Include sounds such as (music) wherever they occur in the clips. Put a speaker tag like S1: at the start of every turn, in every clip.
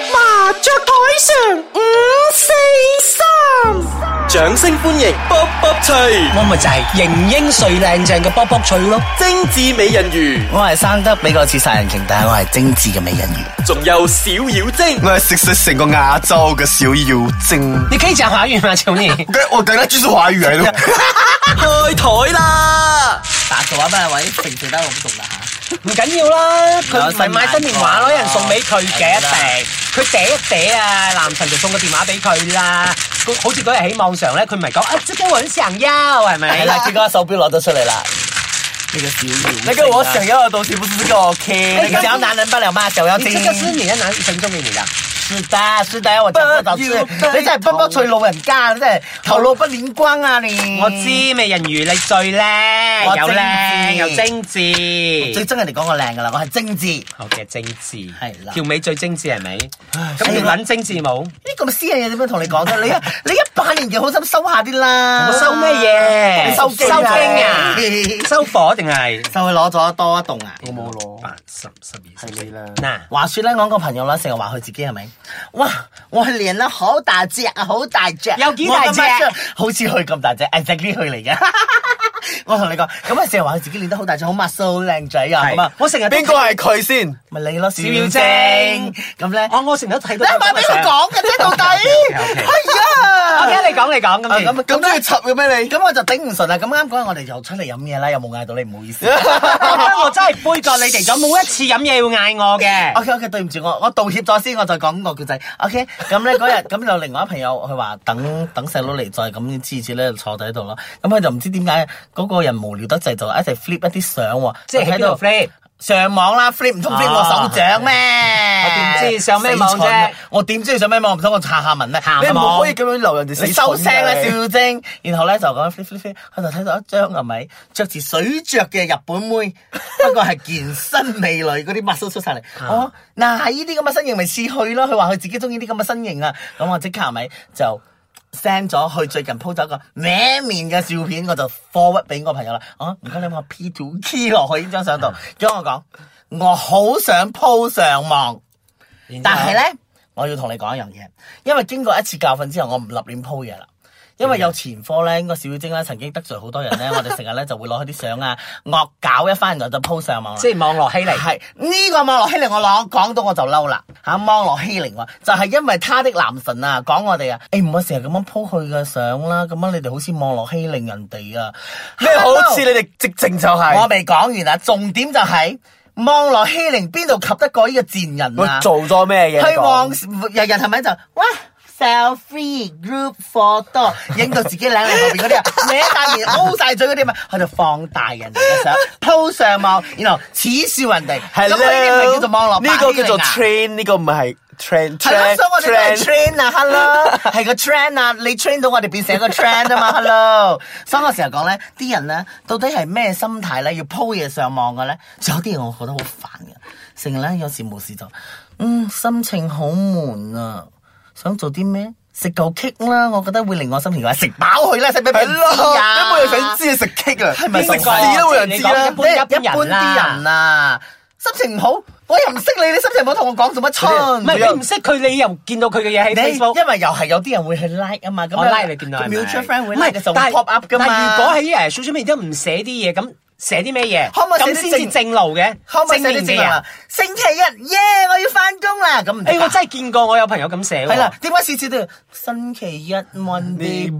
S1: 雀台上五四三，
S2: 掌聲歡迎卜卜脆，
S3: 我咪就係型英帥靚正嘅卜卜脆咯，
S2: 精緻美人魚，
S3: 我係生得比較似殺人鯨，但係我係精緻嘅美人魚。
S2: 仲有小妖精。
S4: 我係食食成個亞洲嘅小妖精。
S3: 你可以講華語嗎，求你？
S4: 梗我梗係專注華語嚟咯。
S2: 開台啦！
S5: 打電話俾阿位，平時都係咁做啦
S3: 唔緊要啦，佢唔係
S5: 有
S3: 買新年話咯，有人送俾佢嘅一
S5: 係啦
S3: 定。佢嗲一嗲啊，男神就送個電話俾佢啦。佢好似嗰日喺網上咧，佢唔係講啊，即係我很想要係
S5: 嚇。
S3: 咪？
S5: 結果手錶攞咗出嚟啦。呢個小妖，那個我想要的東西不是這個 OK，
S3: 你講
S5: 男人不了嘛，小妖
S3: 你這個是你的男神送俾你的，
S5: 是的，是的，我講得到
S3: 不要拜
S5: 你真係不不脆老人家，你真係頭腦不連光啊你！
S3: 我知美人魚你最
S5: 我
S3: 靚，又
S5: 精緻
S3: 靚又精緻，
S5: 最憎人哋講我靚噶啦，我係精緻。
S3: 我嘅精緻
S5: 係啦
S3: 條尾最精緻係咪？咁條撚精緻冇？
S5: 呢咁嘅私人嘢點樣同你講啫？你一你一把年紀好心收下啲啦。
S3: 我收咩嘢？
S5: 你收驚
S3: 收驚啊！
S5: (laughs)
S3: 收火定係？
S5: 就佢攞咗多一棟啊！
S4: 我冇攞，
S3: 八十十二
S4: 係
S3: 十
S4: 你啦。
S3: 嗱，
S5: 話說咧，我個朋友咧成日話佢自己係咪？哇！我練得好大隻啊，好大隻，
S3: 有幾大隻
S5: 我咁樣好似佢咁大隻，exactly 佢嚟嘅。 (laughs) 我同你講，咁啊成日話佢自己練得好大隻，好 muscle 好靚仔啊，咁啊，
S3: 我成日都
S4: (laughs) 邊個係佢先？
S5: 咪你咯，小
S3: 小妖
S5: 妖
S3: 精
S5: 精咁咧。
S3: 我我成日都睇
S5: 你
S3: 到咁
S5: 係
S3: 嘅相。
S5: 咪俾佢講嘅
S3: (laughs)
S5: 啫，到底
S3: OK，OK
S5: 係啊。
S3: ？OK，你講你講
S5: 啊
S3: (laughs) 咁先。
S5: 咁
S4: 咁都要插嘅咩你？
S5: 咁我就頂唔順啦。咁啱嗰日我哋又出嚟飲嘢啦，又冇嗌到你，唔好意思。
S3: 我真係杯葛你哋咗，冇一次飲嘢要嗌我嘅。
S5: OK OK，對唔住我，我道歉咗先，我再講個故仔。OK，咁咧嗰日咁有另外一朋友，佢話等等細佬嚟再咁次次咧坐喺度咯。咁佢就唔知點解嗰個人無聊得滯，就一齊 flip 一啲相喎，
S3: 即係喺邊度 flip？
S5: 上網啦，flip 唔通 flip 我手掌咩？
S3: 我點知上咩網啫
S5: 死蠢啊我點知上咩網？唔通我查下文咩？下
S4: 你唔
S3: 網
S4: 可以咁樣留人哋死
S5: 你收
S4: 蠢
S5: 聲啦，
S4: 㗎
S5: 小
S4: 你
S5: 妖精！然後咧就咁 flip flip flip，佢就睇到一張係咪着住水着嘅日
S4: (laughs)
S5: 本妹，不過係健身美女嗰啲 muscle 出晒嚟。
S4: 啊
S5: 哦，嗱係呢啲咁嘅身形咪試去咯。佢話佢自己中意啲咁嘅身形啊。咁我即刻係咪就 send 咗佢最近 po 咗一個歪面嘅照片，我就 forward 俾我朋友啦。哦，唔該你幫我 P two key 落去呢張相
S4: 啊
S5: 度，跟我講我好想 po 上網。但係咧，我要同你講一樣嘢，因為經過一次教訓之後，我唔立亂鋪嘢啦。因為有前科咧，應該小妖精咧曾經得罪好多人咧，我哋成日咧就會攞佢啲相啊，惡搞一番，然後就鋪上網啦。
S3: 即係網絡欺凌。
S5: 係呢、個網絡欺凌，我攞講到我就嬲啦嚇！網絡欺凌喎，就係、因為他的男神啊講我哋啊，誒唔好成日咁樣 po 佢嘅相啦，咁樣你哋好似網絡欺凌人哋啊！
S4: 咩好似你哋直情就係
S5: 我未講完啊，重點就係、網絡欺凌邊度及得過呢個賤人啊！
S4: 我做咗咩嘢？
S5: 去旺
S4: 你講
S5: 日日係咪就哇 selfie group photo 影到自己靚靚後邊
S4: (laughs)
S5: 嗰啲啊，歪大面 O 晒嘴嗰啲咪，佢就放大人哋嘅相 po 上網，然後恥笑人哋，咁呢啲咪叫做網絡
S4: 呢個叫做
S5: 霸凌啊
S4: train，呢個唔係 train。
S5: 係啦，所以我哋都係
S4: train。
S5: train 啊，hello，
S3: (laughs)
S5: 係個 train 啊，你 train 到我哋變成一個 train 啊嘛，hello。所以我成日講咧，啲人咧到底係咩心態咧，要 po 嘢上網嘅咧？仲有啲嘢我覺得好煩嘅，成日咧有時無事就，嗯，心情好悶啊，想做啲咩？食嚿 cake 啦，我覺得會令我心情快，食飽佢啦，使咩俾
S4: 係
S5: 人
S4: 咯，
S5: 知啊？
S4: 都冇人想知你食 cake 啊？係
S5: 咪
S4: 食
S5: 食
S4: 屎都冇人知啊啦
S3: 你講？一般
S5: 即係一般啲人啊，心情唔好，我又唔識你，你心情唔好同我講做乜春？
S3: 唔係你唔識佢，你又見到佢嘅嘢喺
S5: 你
S3: Facebook。
S5: 因為又係有啲人會去 like 啊嘛，咁
S3: 我
S5: 樣
S3: like 你見到係咪
S5: mutual friend 會
S3: 唔係
S5: like 嘅就會
S3: 但係
S5: pop up 噶嘛。
S3: 但係如果喺誒呃 social media 都唔寫啲嘢，咁寫啲咩嘢？
S5: 可唔可以寫啲
S3: 咁先至
S5: 正
S3: 正路嘅？
S5: 可唔可以寫
S3: 正
S5: 啲
S3: 面
S5: 正
S3: 嘅
S5: 能
S3: 人
S5: 量？星期日耶，我要翻工啦，咁唔
S3: 誒，
S5: 得
S3: 哎我
S5: 㗎。
S3: 真係見過，我有朋友咁寫喎。
S5: 係啦，點解次次都要星期一 Monday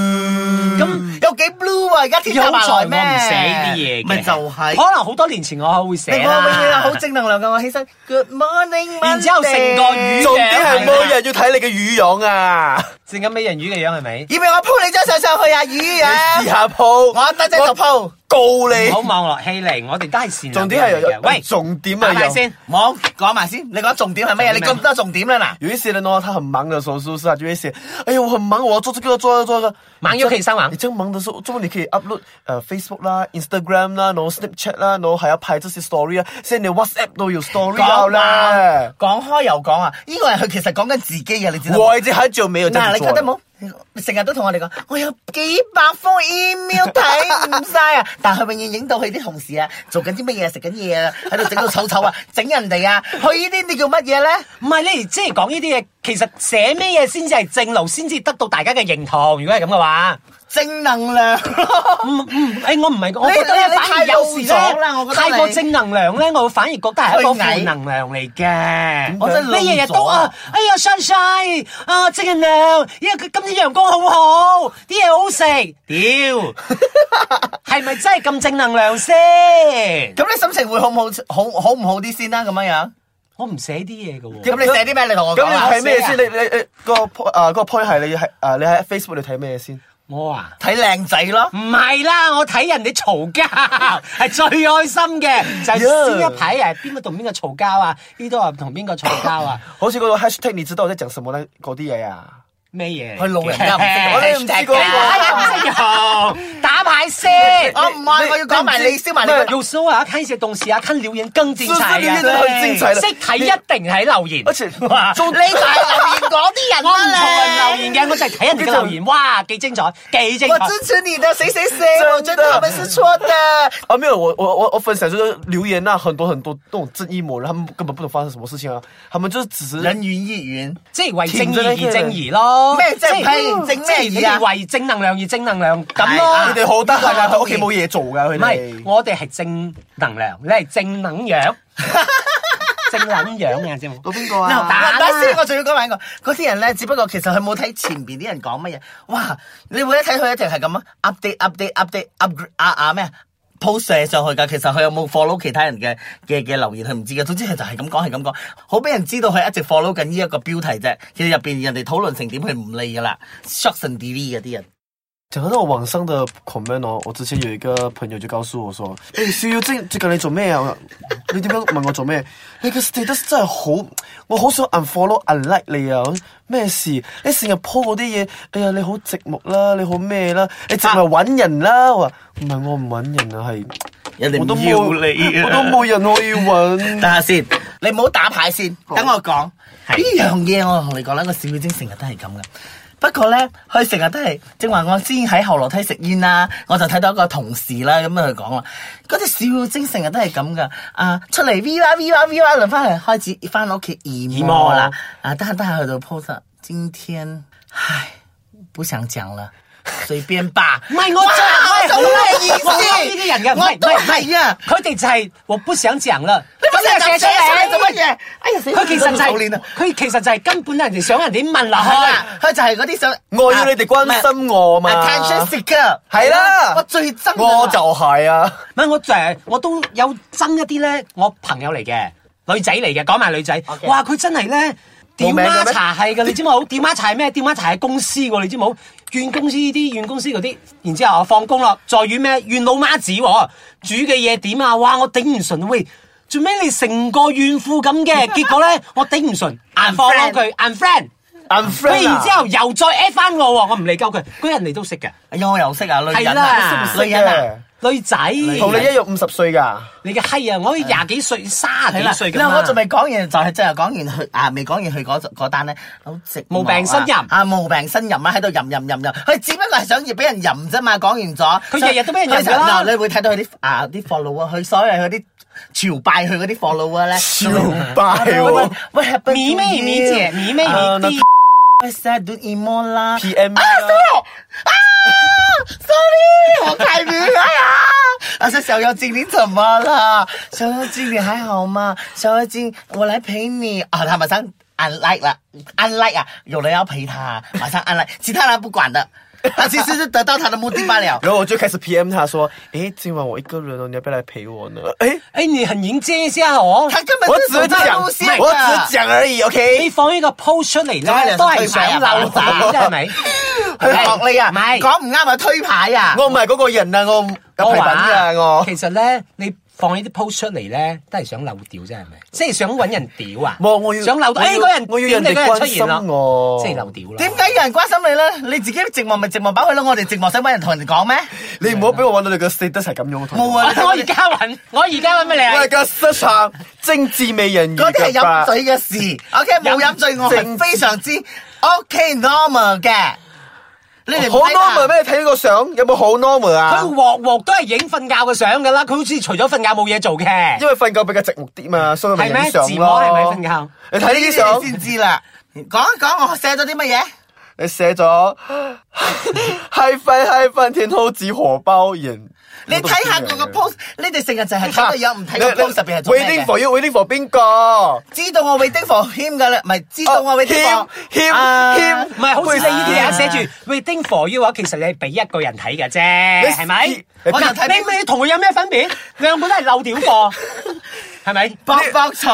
S5: blue？
S3: 咁
S5: 有幾 blue 啊？而家天
S3: 有在我
S5: 黑埋來
S3: 唔
S5: 咩？
S3: 寫啲嘢嘅，
S5: 咪就係、
S3: 可能好多年前我會寫
S5: 你我永遠係
S3: 啦。
S5: 好正能量嘅，我起身 Good morning，
S3: 然之後成個
S5: Monday
S3: 魚
S4: 重點係冇人要睇你嘅魚樣 (laughs) 啊！
S3: 正緊美人魚嘅樣係咪？
S5: 要唔要我鋪你張相上去啊？魚
S4: 試
S5: 啊！
S4: 下鋪，
S5: 我得姐就鋪。
S4: 告你
S3: 唔好。網絡欺凌，我哋都係善良
S4: 重點係
S3: 嘅人
S4: 有
S3: 嚟嘅喂，
S4: 重點
S3: 打
S4: 啊
S3: 埋
S4: 有。
S3: 先。
S5: 冇講埋先，你講重點係乜嘢？你咁多重點啦嗱。
S4: 有一些人哦，他很忙的时候，是不是啊？就会写，哎呀，我很忙，我要做这个，做那个做那个。
S3: 忙又可以上网
S4: 你这样忙的时候，这么你可以 upload 呃 Facebook 啦、Instagram 啦，然后 Snapchat 啦，然后还要拍这些 story 啊，现在你 WhatsApp 都有 story 了啦。
S5: 講開又講啊，呢個係佢其實講緊自己嘅，你知道嗎？
S4: 我已经很久没有这
S5: 嗱，
S4: 样
S5: 你
S4: 子做
S5: 覺得
S4: 了。
S5: 冇？你成日都同我哋講，我有幾百封 email 睇唔晒啊！但係佢永遠影到佢啲同事啊，做緊啲乜嘢，食緊 à? 嘢啊，喺度整到醜醜啊，整人哋啊，佢呢啲你叫乜嘢咧？
S3: 唔係你哋即係講呢啲嘢，其實寫咩嘢先至係正路，先至得到大家嘅認同。如果係咁嘅話，
S5: 正能 (laughs) 量咯。
S3: 唔唔，誒我唔係，我覺得
S5: 你
S3: 咧
S5: 你
S3: 反而
S5: 太
S3: 有時
S5: 幼稚啦我
S3: 咧
S5: 覺得你
S3: 太過正能量咧，我反而覺得係一個
S5: 虛偽
S3: 負能量嚟嘅。
S5: 我真係
S3: 你日日
S5: 冧咗
S3: 都啊，哎呀 sunshine 啊正能量，因為今日陽光好好，啲嘢好食，屌， (laughs) 係咪真係咁正能量先？
S5: 咁你心情會好唔好？好好唔好啲先啦，咁樣樣。
S3: 我唔寫啲嘢嘅喎。
S5: 咁你寫啲咩？你同我
S4: 咁
S5: 講
S4: 你
S5: 啊
S4: 睇咩
S5: 寫啊
S4: 先？你你你個 po- 啊個 point 係你係啊你喺 Facebook 你睇咩先？
S3: 我啊，
S5: 睇靚仔咯。
S3: 唔係啦，我睇人哋嘈
S5: (laughs)
S3: 交係最開心嘅，就係
S4: Yeah
S3: 先一排誒邊個同邊個嘈交啊，呢度啊同邊個嘈交啊，
S4: 好似嗰個 hashtag 你知道我在講什麼咧？嗰啲嘢啊？
S3: 咩嘢嚟嘅？
S5: 佢老人家唔識
S4: 我
S5: 用
S4: 哋唔知
S5: hashtag
S4: 嗰個
S3: 哎
S5: 㗎
S3: 呀唔識用，打牌先。
S5: 我唔係，我要講埋你燒埋你個
S4: 咩
S3: 有时候啊，看一些东西啊，看留言更精彩啊！
S4: 是是留言真的很精彩的
S3: 識睇一定睇留言，
S4: 而且
S3: (laughs) 哇
S5: 做你就係留言嗰啲人
S3: 我唔
S5: 啦，
S3: 同人留言嘅，我就係睇人哋嘅留言，哇，幾精彩，幾精
S5: 我
S3: 彩。
S5: 支持你的谁谁谁，我觉得他们是错的。
S4: 啊，没有，我我我我分享就是留言啊，很多很多那种正义魔人，他们根本不懂發生什么事情啊，他們就是只是
S5: 人云亦云，
S3: 即係為正義而正義咯，
S5: 咩即係
S3: 係
S5: 屁正咩
S3: 即係你
S5: 義啊
S3: 哋為正能量而正能量咁
S5: 係啊
S3: 咯
S4: 佢。哋好得閒啊，
S5: 呢個
S4: 喺
S5: 我
S4: 屋企冇嘢做噶，佢
S3: 唔係，
S4: 哋。
S3: 我哋係正能量，你係正能樣，正能樣啊，知冇？
S4: 到邊個
S5: 嗱，
S4: 啊？
S5: 但係先我仲要講埋一個，嗰啲人咧，只不過其實佢冇睇前邊啲人講乜嘢，哇！你會一睇佢一定係咁啊，update update update up 啊啊咩啊 post 射上去㗎，其實佢有冇 follow 其他人嘅嘅嘅留言，佢唔知嘅。總之佢就係咁講，係咁講，好俾人知道佢一直 follow 緊呢一個標題啫。其實入邊人哋討論成點，佢唔理㗎啦，short and delete 嗰啲人。
S4: 講到那種網上的 comment 哦，我之前有一個朋友就告訴我說：，誒、小妖精最近你做咩啊？你點解問我做咩？你嘅 status 真係好，我好想 unfollow unlike 你啊！咩事？哎你成日 po 嗰啲嘢，哎呀，你好寂寞啦，你好咩啦？哎你淨係揾人啦！我話唔係我唔揾人啊，係
S5: 人哋唔
S4: 我都
S5: 要
S4: 冇
S5: 你啊
S4: 我都冇人可以
S5: 等
S4: 揾。
S5: 下先，你唔好打牌先，等我講呢樣嘢。我同你講啦，個小妖精成日都係咁嘅。不過咧，佢成日都係，正話我先喺後樓梯食煙啦，我就睇到一個同事啦，咁佢講啦，嗰隻小妖精成日都係咁噶，啊出嚟 V 啦 V 啦 V 啦，輪翻嚟開始翻屋企 emo 啦，啊得閒得閒去到 post，今啊天唉不想講
S3: (laughs)
S5: 啦，隨便吧。
S3: 唔係我真
S5: 哇
S3: 係
S5: 我就好有意
S3: 我覺得呢啲人嘅，唔
S5: 思，
S3: 係
S5: 我都
S3: 唔係
S5: 係啊。
S3: 佢哋就係我不想講啦，
S5: 你把
S3: 咁
S5: 隻
S3: 就
S5: 寫
S3: 寫
S5: 出
S3: 出
S5: 嚟做乜
S3: 嚟。
S5: 嘢？哎呀，死啦！
S3: 佢其實就
S5: 我都冇臉
S3: 係
S5: 啊
S3: 佢其實就係根本人哋想人哋問落
S5: 係啦
S3: 去。，
S5: 佢就係嗰啲想啊
S4: 我要你哋關心我嘛
S5: attention seeker
S4: 係啦
S5: 我最憎啊
S4: 我就係啊！
S3: 唔係我誒，我都有憎一啲咧，我朋友嚟嘅女仔嚟嘅，講埋女仔
S5: OK
S3: 哇！佢真係咧
S4: 冇
S3: 掉
S4: 名嘅咩
S3: 孖茶係嘅，你知冇？掉孖茶係咩？掉孖茶係公司喎，你知冇？怨公司啲怨公司嗰啲，然之後我放工啦，再怨咩？怨老媽子喎，煮嘅嘢點啊？哇！我頂唔順喂！做咩你成個怨婦咁
S4: (laughs)
S3: 嘅？結果咧，我頂唔順，硬放開佢，unfriend。
S4: unfriend
S3: 佢
S4: 啊
S3: 然之後又再 at 翻我喎，我唔理鳩佢，嗰人哋都識嘅，
S5: 哎呀，我又識啊，女
S3: 係
S5: 人
S3: 啦
S5: 啊，女人啊。
S3: 女仔。
S4: 同你一樣五十歲㗎，
S3: 你嘅閪啊！我可以廿幾歲、卅
S5: 係啦
S3: 幾歲，咁
S5: 嗱
S3: 啊
S5: 我仲未講完，就係即係講完佢啊，未講完佢嗰嗰單咧，好直
S3: 無病呻吟
S5: 啊，無病呻吟啊，喺度吟吟吟吟，佢只不過係想要俾人吟啫嘛，講完咗，
S3: 佢日日都俾人吟㗎
S5: 佢
S3: 啦
S5: 就嗱你會睇到佢啲啊啲 follow 啊，佢所謂佢啲朝拜佢嗰啲 follow 啊咧，
S4: 朝拜
S5: 喂
S4: 喎
S5: 喂喂，係不
S3: 你妹你姐你妹
S4: 啊
S3: 你
S4: 那
S3: 弟，
S5: 我成日都 emo 啦
S4: PM
S5: 啊
S4: 啦
S5: ，sorry 啊，sorry，我太敏感啊！而且小妖精你怎么了？小妖精你还好吗？小妖精，我来陪你啊！他马上 unlike 了，unlike 啊，有人要陪他，马上 unlike，其他人不管的，他其实是得到他的目的罢了。
S4: 然後我就開始 PM 他說：，誒，今晚我一個人哦，你要不要來陪我呢？誒，
S3: 哎，你很迎接一下啊我。
S5: 他根本
S4: 我
S5: 就
S4: 只
S5: 是走
S4: 講
S5: 他路啊線，
S4: 我只講而已
S3: 你
S4: ，OK。
S3: 放呢個 post 出嚟
S4: 啊
S3: 咧，都係想漏仔啫，係
S4: (laughs)
S3: 咪？
S5: 佢學你啊，
S3: 唔係，
S5: 講唔啱啊，推牌啊，
S4: 我唔係嗰個人啊，我有
S3: 我
S4: 皮品
S3: 話
S4: 㗎，啊我。
S5: (laughs)
S3: 其實咧，你放呢啲 post 出嚟咧，都係想漏屌啫，係咪？即係想揾人屌啊！
S4: 冇我要
S3: 想漏到，
S4: 我要
S3: 哎，嗰人
S4: 我要
S3: 屌你
S4: 人哋
S3: 嗰日出現啦啊
S4: 關心我
S3: 即係漏屌啦。
S5: 點解有人關心你咧？你自己寂寞咪寂寞飽佢咯，我哋寂寞使揾人同人哋講咩？
S4: 你唔好俾我揾到你個 status 係咁樣，我同你講
S5: 冇
S3: 我
S5: 啊
S3: (laughs) 我而家揾，我而家揾俾你啊
S4: 我係個 search 啊精緻美人魚
S5: 嗰啲係
S4: 㗎吧
S5: 飲醉嘅事，OK 冇飲醉我係非常之 OK normal 嘅。你哋唔
S4: 好
S5: 睇㗎
S4: normal 咩？你睇呢個相有冇好 normal 啊？
S3: 佢鑊鑊都係影瞓覺嘅相㗎啦，佢好似除咗瞓覺冇嘢做嘅
S4: 因。為瞓覺比較寂寞啲嘛，所以咪
S3: 係咩
S4: 影相
S3: 自摸
S4: 咯。
S3: 係咪瞓覺
S4: 你睇呢啲相，
S5: 你先知啦。講一講我寫咗啲乜嘢？
S4: 你寫咗 (laughs) 嗨翻嗨翻，天空似荷包人。
S5: 你睇下佢個 post，你哋成日就係睇個樣，唔睇
S4: 啊你
S5: 個
S4: 你
S5: post 入邊係做咩
S4: Waiting
S5: 嘅
S4: for you, waiting for 邊個？
S5: 知道我 waiting for him 噶啦，唔係知道我 waiting for
S4: 謙
S5: 啊
S4: 謙
S3: 唔係，好似你呢啲啊寫住 waiting for you 嘅話，其實你係俾一個人睇嘅啫，係咪？
S4: 你
S5: 我就睇
S3: 你你同佢有咩分別？兩本都係漏屌貨，係咪？
S5: 博博除，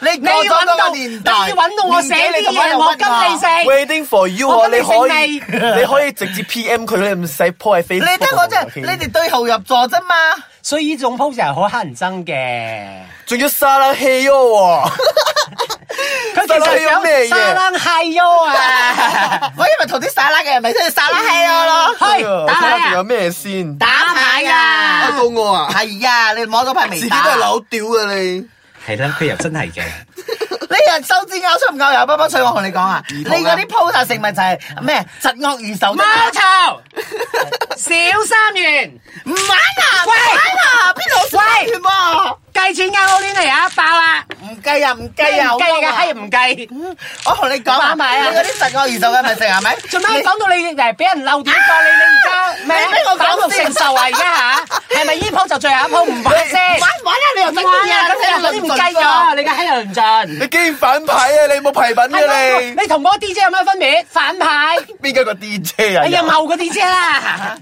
S5: 你
S3: 你
S5: 過
S3: 要揾
S5: 咗嗰
S3: 到，
S5: 個
S3: 你
S5: 年
S3: 要
S5: 代，
S3: 揾到我寫啲嘢，我跟你食。
S4: waiting for you
S3: 我
S4: 啊！
S3: 覺得
S4: 你
S3: 你
S4: 可以
S3: 姓
S4: (laughs) 你可以直接 PM 佢，你唔使 po 喺 Facebook
S5: 你
S4: 度。
S5: 得我
S4: (laughs)
S5: 真係，
S4: OK？
S5: 你哋對號入座啫嘛。
S3: 所以呢種 pose 係好乞人憎嘅。
S4: 仲要沙拉
S3: (laughs)
S4: 氣哦喎！
S3: 佢其實想沙冷係喲啊，
S5: 我因為同啲沙拉嘅人咪即係沙拉係我咯，
S3: 係
S4: 我
S3: 打
S4: 睇
S3: 牌
S4: 下仲有
S3: 啊，
S4: 咩先？
S3: 打牌啊，
S4: 到我啊！
S5: 係啊，你摸咗塊未
S4: 自己都
S5: 打
S4: 係？扭屌嘅你，
S3: 係啦，佢又真係嘅。
S5: 你人手指拗出唔夠油，不不脆，我同你講啊，你嗰啲 post 食物就係咩疾惡如仇
S3: 貓
S5: 的
S3: 頭小三元，
S5: 唔玩啊！
S3: 喂
S5: 唔玩啊！邊度食
S3: 喂
S5: 完喎？
S3: 計錢交好啲嚟啊，爆
S2: à?
S3: 啦！
S5: 唔計啊！唔計啊！
S3: 唔計嘅，
S5: 好
S3: 係
S5: 嬲啊
S3: 唔計。
S5: 我同你講啊，
S3: 打埋啊
S5: 你嗰啲實我二手嘅咪食係咪？
S3: 做咩講到你誒俾人漏點過你？你而家咩
S5: 你俾我講
S3: 反目成仇啊！而家吓，係咪呢鋪就最後一鋪唔玩先？
S5: 玩玩啊！你又得
S3: 唔玩啊！咁你又
S5: 啊！
S3: 嗰啲唔計咗，你嘅閪又唔盡。
S4: 你竟然反牌啊！你冇牌品
S3: 哎
S4: 嘅
S3: 係咪
S4: 你，
S3: 你同嗰個 DJ 有咩分別？反派，哎
S4: 邊個個 DJ 啊？
S3: 你又茂個 DJ 啦。